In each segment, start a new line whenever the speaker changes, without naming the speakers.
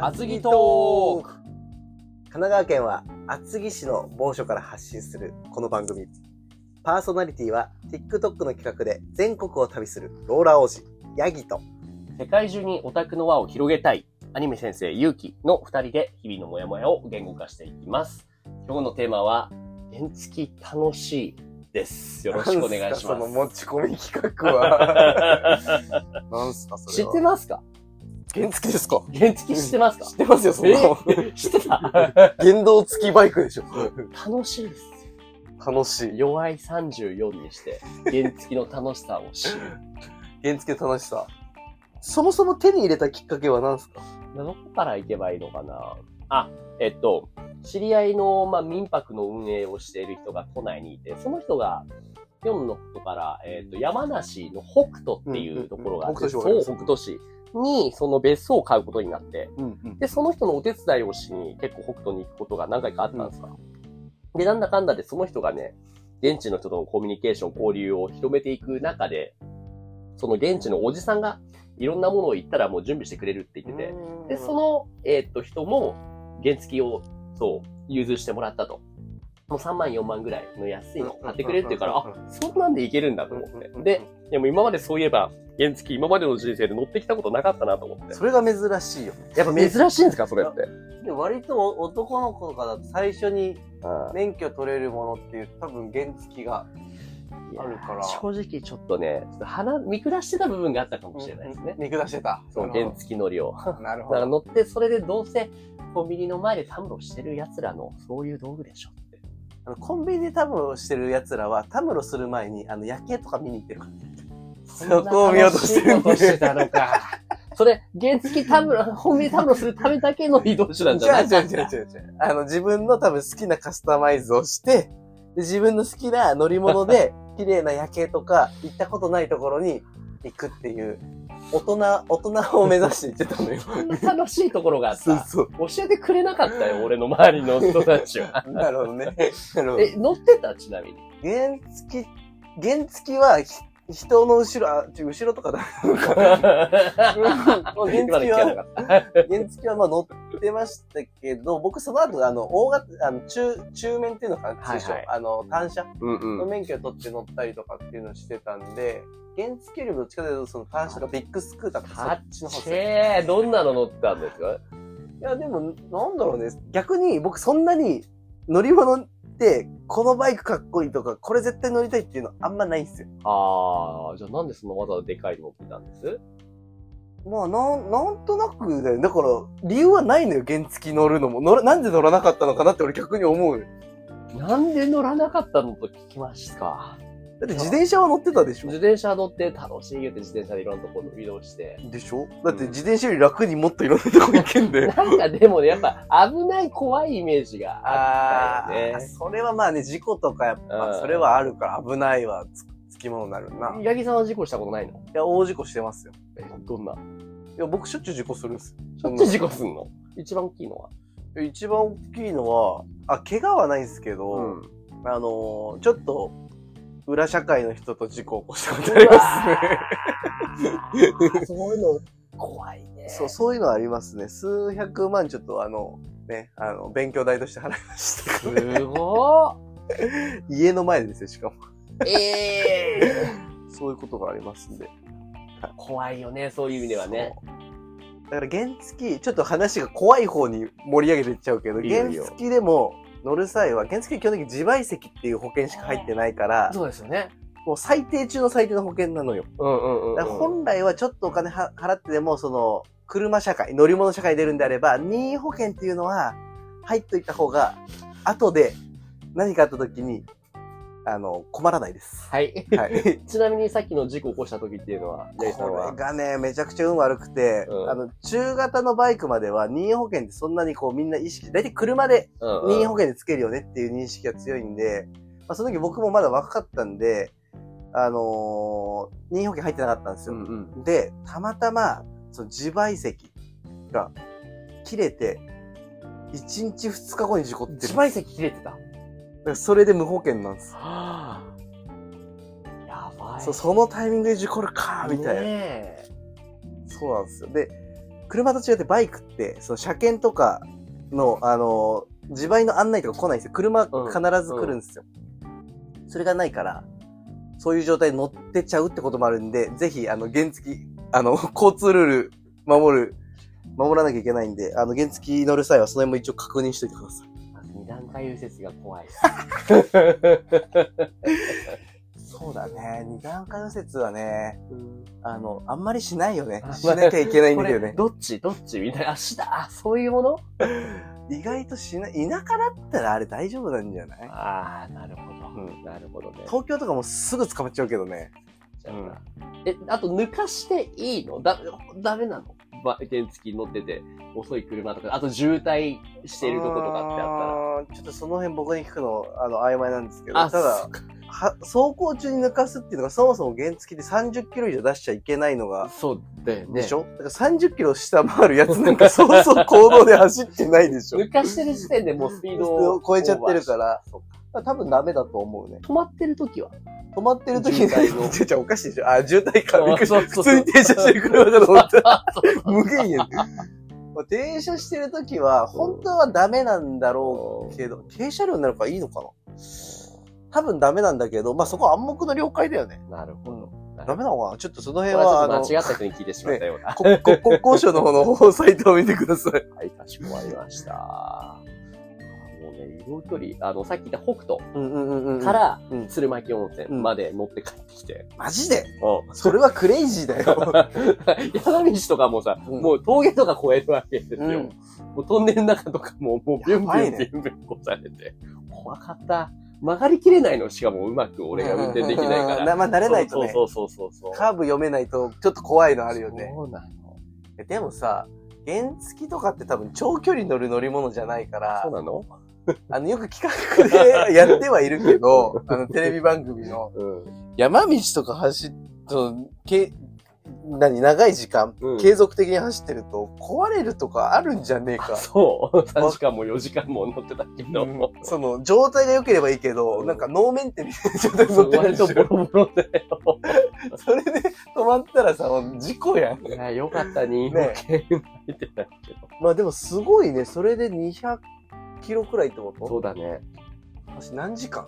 厚木トーク
神奈川県は厚木市の某所から発信するこの番組パーソナリティは TikTok の企画で全国を旅するローラ王子ヤギと
世界中にオタクの輪を広げたいアニメ先生ゆうきの2人で日々のモヤモヤを言語化していきます今日のテーマは「原付楽しい」ですよろしくお願いし
なんすかそ
ま
の
す
持ち込み企画は なんすかそ
知
れ
っ
は
てますか
原付ですか
原付知ってますか
知ってますよそんなの
え知ってた
原動付きバイクでしょ
楽しいですよ
楽しい
弱い34にして原付の楽しさを知る
原付の楽しさそもそも手に入れたきっかけは何すか
どこから行けばいいのかなあ、えっと、知り合いの、まあ、民泊の運営をしている人が都内にいて、その人が、ピョンのことから、えっと、山梨の北斗っていうところがあって、
うんうんうん北
そ
斗市
う、北斗市に、その別荘を買うことになって、
うんうん
で、その人のお手伝いをしに、結構北斗に行くことが何回かあったんですか。で、なんだかんだで、その人がね、現地の人とのコミュニケーション、交流を広めていく中で、その現地のおじさんが、いろんなものを言ったらもう準備してくれるって言ってて、で、その、えーっと、人も、原付を、そう、融通してもらったと。もう3万、4万ぐらいの安いのを買ってくれって言うから、
うんうんうん
あ、そんなんでいけるんだと思って
うんうんう。ん
で、でも今までそういえば、原付今までの人生で乗ってきたことなかったなと思って。
それが珍しいよね
やっぱ珍しいんですか、それって。
で割とお男の子とかだと最初に免許取れるものっていう多分原付が
いや
あるから
正直ちょっとね、ちょっと鼻、見下してた部分があったかもしれないですね。
見下してた
そう、
なる
原
ほ
付乗りを。
どなる
だ
ほ
から
ど
乗って、それでどうせ、コンビニの前でたむろしてる奴らの、そういう道具でしょって。
あのコンビニでタムロしてるやつらはタムロする前にあの夜景とか見に行ってるからそこを見落としてる
そんな楽いことしてたのか。それ、原付たむろ、コンビニたむろするためだけの移動手段じゃな い
違う違う違う違う違うあの自分の多分好きなカスタマイズをしてで自分の好きな乗り物で 綺麗な夜景とか行ったことないところに行くっていう大人大人を目指して行ってたのよ
こんな楽しいところがあっ
そう
た。
そう
教えてくれなかったよ、俺の周りの人たちは。
なるほどねなるほど
え、乗ってたちなみに。
原付き、原付きはひ人の後ろ、あ、ちょ後ろとかだ。
原
原付は、原付きはまあ乗ってましたけど、僕その後、あの、大型、あの、中、中面っていうのかな、
はいはい
通称、あの、単車
うんう
の
ん。
免許を取って乗ったりとかっていうのをしてたんで、原付きよりもどっちかというと、その単車がビッグスクーターと
か
か
っ
そっちの方
ち
です
えー、どんなの乗ってたんですか
いや、でも、なんだろうね。逆に僕そんなに乗り物って、このバイクかっこいいとか、これ絶対乗りたいっていうのあんまないんですよ。
あー、じゃあなんでそんなわざわざでかいの乗ってたんです
まあ、なん、なんとなくだよ。だから、理由はないのよ、原付き乗るのも。乗ら、なんで乗らなかったのかなって俺逆に思うよ。
なんで乗らなかったのと聞きましたか。
だって自転車は乗ってたでしょ
自転車乗って楽しいよって自転車でいろんなところ移動して。
でしょだって自転車より楽にもっといろんなとこ行けんだよ。
なんかでもね、やっぱ危ない怖いイメージが あったよ
ー
ね。
それはまあね、事故とかやっ
うん
ぱ、それはあるから危ないはつ、つきものになるな。い
八木さんは事故したことないの
や、大事故してますよ。
えどんない
や、僕しょっちゅう事故するんですよ。
しょっちゅう事故すんの一番大きいのは。
一番大きいのは、あ、怪我はないですけど、
うん。
あのーちょっと、裏社会の人と事故を起こしたことありますね。
そういうの怖いね。
そう、そういうのはありますね。数百万ちょっとあの、ね、あの、勉強代として払いました からね。
すごっ
家の前でですよ、しかも。
ええ
そういうことがありますんで。
怖いよね、そういう意味ではね。
そう。だから原付き、ちょっと話が怖い方に盛り上げていっちゃうけど、
いいよいいよ
原付きでも乗る際は、原付き基本的に自賠責っていう保険しか入ってないから、
そうですよね。
もう最低中の最低の保険なのよ。
うんうんうんうん。
だから本来はちょっとお金は払ってでも、その、車社会、乗り物社会出るんであれば、任意保険っていうのは入っといた方が、後で何かあった時に、あの、困らない です。
はい。
はい。
ちなみにさっきの事故起こした時っていうのは、
こ
レイさんは
れ。がね、めちゃくちゃ運悪くて、
うん
あの、中型のバイクまでは任意保険ってそんなにこうみんな意識、だいたい車で
うんうん
任意保険でつけるよねっていう認識が強いんで、まあ、その時僕もまだ若かったんで、あのー任意保険入ってなかったんですよ。
うんうん。
で、たまたま、その自賠責が切れて、1日2日後に事故ってる。
自賠責切れて
だ
た。
からそれで無保険なんです。
はあ、やばい。
そうそのタイミングで事故るか、みたいな。
ねえ
そうなんですよ。で、車と違ってバイクって、その車検とかの、あの、自売の案内とか来ないんですよ。車必
うん
ず来るんですよ。それがないから、そういう状態で乗ってちゃうってこともあるんで、ぜひ、あの、原付き、あの、 交通ルール守る、守らなきゃいけないんで、あの、原付き乗る際はその辺も一応確認しといてください。
まず二段階右折が怖 い。
そうだね。二段階右折はね、
うん
あの、あんまりしないよね
あ。
しなきゃいけないん
こ
だけど
れ、
ね。
どっちどっちみたいな。あ、下あ、そういうもの
意外としない、田舎だったらあれ大丈夫なんじゃない
ああ、なるほど。
うん
なるほどね。
東京とかもすぐ捕まっちゃうけどね。
じゃあなえ、あと、抜かしていいのだ、ダメなのば原付き乗ってて、遅い車とか、あと渋滞してるとことかってあっ
ったら。ちょっとその辺僕に聞くの、あの、曖昧なんですけど、
たら。
ただ、は走行中に抜かすっていうのがそもそも原付で30キロ以上出しちゃいけないの
あ
が、
そうだよね。
でしょだから30キロ下回るやつ なんかそうそう行動で走ってないでしょ。
抜かしてる時点でもうスピード。
を超えちゃってるからら、多分ダメだと思うね。
止まってる時は
止まってる時
渋滞 の
に、ちょちょおかしいでしょあ、渋滞か。びっくりした
そうそ
普
うそう
通に停車してる車だと思った。無限やん。まあ停車してる時は、本当はダメなんだろうけど、停車料になるからいいのかな多分ダメなんだけど、まあそこは暗黙の了解だよね。
なるほど。
ダメなのかなちょっとその
こ
辺
れは
は、
ちょっと間違
あ
った人に聞いてしまったような。
の、 国国交省の方の方サイトを見てください。
はい、かしこまりました。もうね、移動距離、あの、さっき言った北斗
うんうんうんうん。
から
うん
鶴巻温泉まで乗って帰ってきて。
マジで
うん
それはクレイジーだよ。
山道とかもさ、
うん
もう峠とか越えるわけですよ。
うん
もうトンネルの中とかも、もうビュンビ
やば
ュ
い
ン
ね
ビュンビュン越されて。怖かった。曲がりきれないの、しかもうまく俺が運転できないから。
まあ慣れないとね。
そうそうそうそうそう。
カーブ読めないと、ちょっと怖いのあるよね。
そうなの。
えでもさ、原付とかって多分長距離乗る乗り物じゃないから
そう、なの
あの、よく企画でやってはいるけ ど、あの、テレビ番組の、
うん。
山道とか走っ、そのけ、何、長い時間、
うん
継続的に走ってると、壊れるとかあるんじゃねえか。
そう。3時間 も4時間も乗ってたけど。
うんその、状態が良ければいいけど、
うん
なんか、ノーメンテみたいな状態で乗ってる
割
でしょ
とボロボロだよ。
それで止まったらさ、事故やん。
いや、よかったに、
ね
保険入ってたけど。
まあでも、すごいね。それで200キロくらいってこ
そ
と
うだね。
私何時間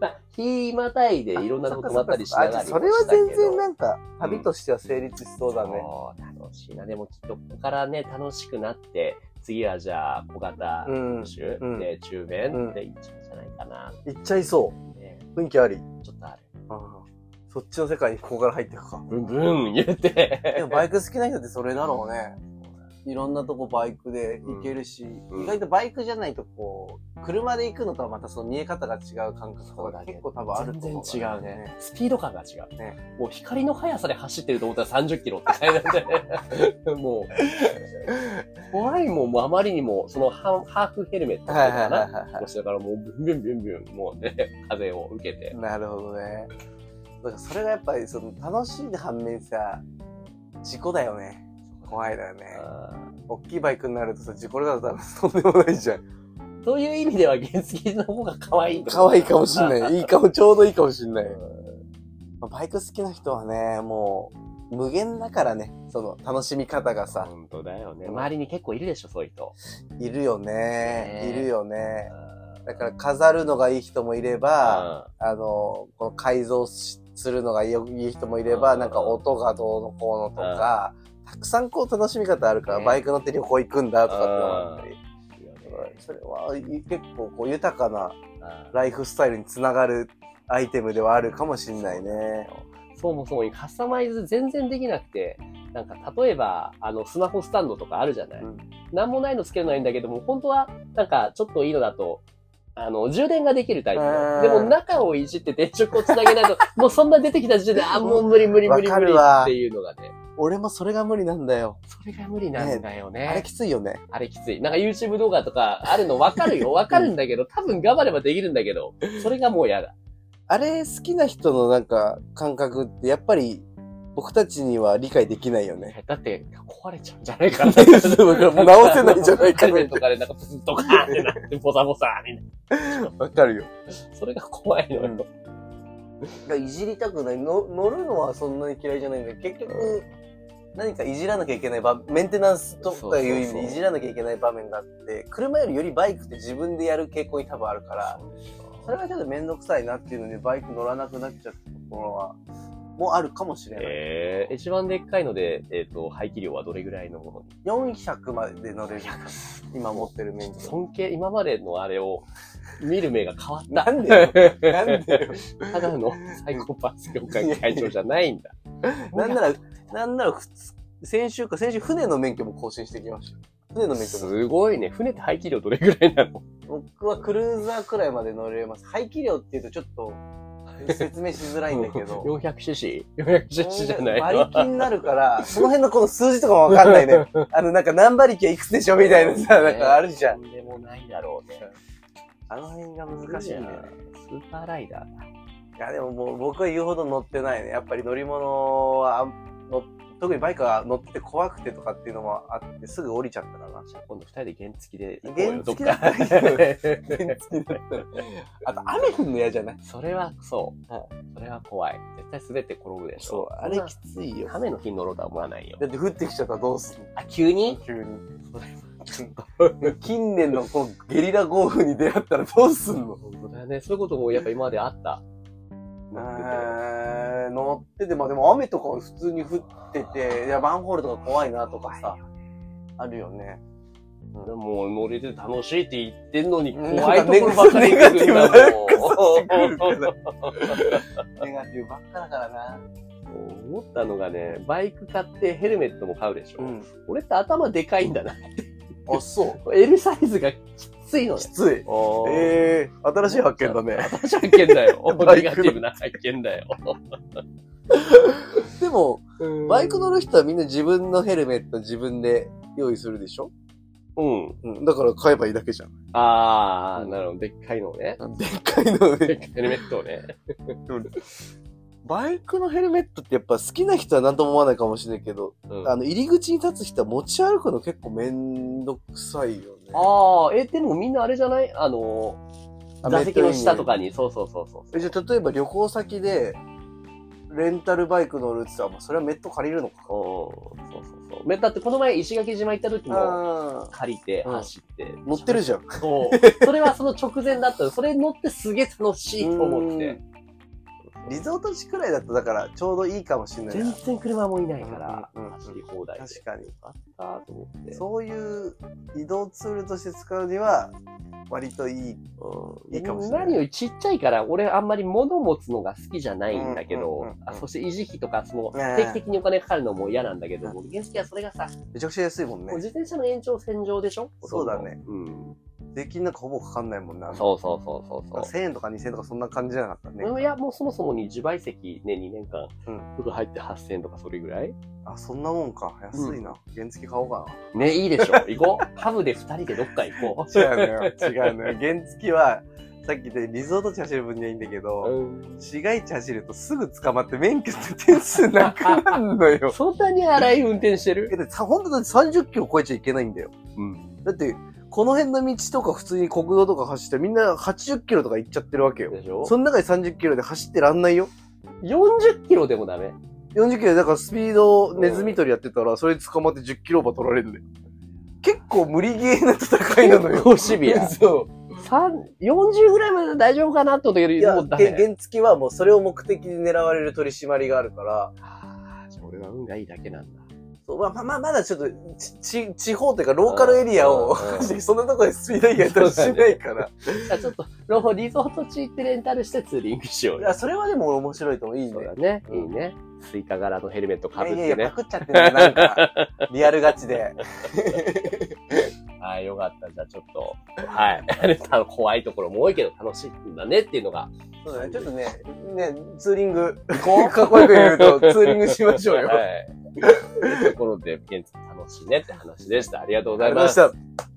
まあ、日またいでいろんなとこ止まったりしな
あ
がら。
それは全然なんか、
うん
旅としては成立しそうだね。
そう楽しいな。でもきっとここからね、楽しくなって、次はじゃあ小型
うん
特集、
うん
で中
うん
弁で行っちゃうんじゃないかな、
行っちゃいそう。
ね、
雰囲気あり。
ちょっとある。
そっちの世界にここから入っていくか。
ブンブン言って。
でもバイク好きな人ってそれだろうね。いろんなとこバイクで行けるし、
ん
意外とバイクじゃないとこう、車で行くのとはまたその見え方が違う感覚
そう
とか
だね
結構多分あると思う、
全然違うね。。スピード感が違う。
ね
もう光の速さで走ってると思ったら30キロって感じなんで、 もう、怖いもん、もうあまりにも、そのハーハーフヘルメットかな、
はいはいはいはいは
こうしながらもうビュンビュンビュンビュン、もうね、風を受けて
い。。なるほどね。だからそれがやっぱりその楽しい反面さ、事故だよね。怖いだよね。
あー
大きいバイクになるとさ、事故るだと多分とんでもないじゃん。
そういう意味では原付の方が可愛いと
可
思う。
愛いかもしんない。いいかも、ちょうどいいかもしんない。
うん
まあバイク好きな人はね、もう、無限だからね、その、楽しみ方がさ、
本当だよね。周りに結構いるでしょ、そういう人。
いるよね
ね。え
いるよね。だから、飾るのがいい人もいれば、あの、この改造しするのがいいいい人もいれば、
うん
なんか音がどうのこうのとか、たくさんこう楽しみ方あるから、
ね
バイク乗って旅行行くんだとかってのがあったり、
うんいいよね
それはい結構こう豊かな
うん
ライフスタイルにつながるアイテムではあるかもしんないね。
そうもそもカスタマイズ全然できなくて、なんか例えば、あの、スマホスタンドとかあるじゃない、
うん
なんもないのつけるのはいいんだけども、本当は、なんかちょっといいのだと、あの、充電ができるタイプ
うん
の。でも中をいじって電飾をつなげないと、 もうそんな出てきた時点で、あ、もう無理無理無理
わか
無理
るわ
っていうのがね。
俺もそれが無理なんだよ。
それが無理なんだよね。
あれきついよね。
あれきつい。なんか YouTube 動画とかあるの分かるよ。分かるんだけど、多分頑張ればできるんだけど、それがもう嫌だ。
あれ好きな人のなんか感覚ってやっぱり僕たちには理解できないよね。
だって、壊れちゃうんじゃないかな。
そうだからもう直せないんじゃないか
な。
な
とかでなんかプツッとかーってなって、ボサボサーにな
わかるよ。
る それが怖いのよ。
いじりたくないの。乗るのはそんなに嫌いじゃないんだけど、結局、何かいじらなきゃいけない場メンテナンスとかいう意味で
そうそうそう
いじらなきゃいけない場面があって車よりよりバイクって自分でやる傾向に多分あるからそれがちょっと面倒くさいなっていうのでバイク乗らなくなっちゃったところはもうあるかもしれない、
えー、一番でっかいので、えっ、と、排気量はどれぐらいのものに
400まで乗れる今持ってる免 許
尊敬、今までのあれを見る目が変 わっ
な
た。
んでよなんでよ
ただのサイコパス業界会長じゃないんだ。
なんなら、なんなら普通、先週か、先週船の免許も更新してきましたよ。船の免許も。
すごいね。船って排気量どれぐらいなの
僕はクルーザーくらいまで乗れます。排気量っていうとちょっ と説明しづらいんだけ ど。
400cc?400cc じゃない
馬力になるから、その辺のこの数字とかもわかんない ね。あの、なんか何馬力はいくつでしょみたいなさ、なんかあるじゃん。
ん。とんでもないだろうね。
あの辺が難しいんだよね。
スーパーライダーだ。
いや、でももう僕は言うほど乗ってないね。やっぱり乗り物は、あんの特にバイクは乗ってて怖くてとかっていうのもあって、すぐ降りちゃったかな。
じゃあ今度二人で原付きで行こう
原
よ、どっ
付だった
か。
らいいよね。原付だったら。あと、雨降るの嫌じゃない
それはそう、
はい
それは怖い。絶対滑って転ぶでしょ。
あれきついよ。
雨の日に乗ろうとは思わないよ
だ。って降ってきちゃったらどうすん
あ、急
の
に
急に。近年のこうゲリラ豪雨に出会ったらどうすんの
本当だよね。そういうこともやっぱ今まであった。
えー乗ってて、まあでも雨とか普通に降ってて、いや、マンホールとか怖いなとかさ、あるよね。
でもう乗れて楽しいって言ってんのに
うん
怖いところばっかり出てくるんだも
ネガ
ん
ティブな ことしてくるネガティブばっかだからな。
思ったのがね、バイク買ってヘルメットも買うでしょ。
ん。
俺って頭でかいんだな。
あ、そう。
L サイズがきついのね
き。つい。
おー
ええ新しい発見だね。
私発見だよ。
バイ
ネ
クの
ガティブな発見だよ。
でも、バイク乗
る
る人はみんな自分のヘルメット自分で用意するでしょ
うん。
うん。だから買えばいいだけじゃん。
あ
う
ー、
ん
なるほど。でっかいのね。
でっかいの
で
ね。
っかいヘルメットをね。
バイクのヘルメットってやっぱ好きな人は何とも思わないかもしれないけど、
うん
あの、入り口に立つ人は持ち歩くの結構めんどくさいよね。
あー、え、でもみんなあれじゃないあのー、座席の下とかに。そうそうそうそう。
えじゃあ例えば旅行先で、レンタルバイク乗るって言ったら、まあそれはメット借りるのか。
うんそうそうそう。めだってこの前石垣島行った時も
あ
借りて
うん
走って。
乗ってるじゃん。
そう。それはその直前だったの。それ乗ってすげえ楽しいと思って。
リゾート地くらいだとだからちょうどいいかもしれないな。
全然車もいないから、
うんうんうん
走り放題で。
確かに。
あったーと思って。
そういう移動ツールとして使うには、割といい。
うん
いいかもしれない
何よりちっちゃいから、俺あんまり物持つのが好きじゃないんだけど、
うんうんうんうん
あそして維持費とか、その、
ねえ
定期的にお金かかるのも嫌なんだけど、原付はそれがさ、
めちゃくちゃ安いもん
もう
ね。
自転車の延長線上でしょ
そうだね。
うん。
税金なんかほぼかかんないもんな。
そうそうそうそうそう。
1000円とか2000円とかそんな感じじゃなかったね。
いや、もうそもそもに自倍席ね、2年間、
うん
風呂入って8000円とかそれぐらい
あ、そんなもんか。安いな。原付買おうか
ね、いい でしょ。行こう。ハブで2人でどっか行こ
な。違うのよ。違うのよ。原付は、さっき言ったようにリゾート地走る分にはいいんだけ
う。
ど、
うん
市街地走るとすぐ捕まって免許って点数なくなる のよ。
そんなに荒い運転して
え
る
だってさ本当だって30キロ超えちゃいけないんだよ。
うん。
だって、この辺の道とか普通に国道とか走ってみんな80キロとか行っちゃってるわけよ。
でしょ
その中で30キロで走ってらんないよ。
?40 キロでもダメ。
40キロでだからスピードをネズミ捕りやってたら、それ捕まって10キロオーバー取られるんだよ。結構無理ゲーな戦いなの
結
よ。
構シビア。
そう。
三40ぐらいまで大丈夫かなと思ったけ
い
ど、
や、
もうダメ。
原付はもうそれを目的に狙われる取り締まりがあるから、
ああ、じゃあ俺は運がいいだけなんだ。
そうまあまあまあ、まだちょっと、ち、ち、 地方というかローカルエリアを
うんうん、
そんなとこでスピード違反とかしないから。
じゃあちょっと、ローリゾート地行ってレンタルしてツーリングしよう
い
よ
や、。それはでも面白いと思う。いい
そうだ
ね。
ね。
う
い
ん
いね。スイカ柄のヘルメット
い
か
や
ぶっ
い
て
やいや、
ね。
パクっちゃってるね、なん か。リアルガチで。
ああ、よかった。じゃあちょっと、 はい。あの怖いところも多いけど楽しいんだねっていうのが。
そうだね、ちょっとね、ね、ツーリング、
行 こ
かっこよく言うと、ツーリングしましょうよ。
はい。というところで、現地楽しいねって話でした。ありがとうご
あ
ざ
り
い
がとうござい
ま
まし
す。
た。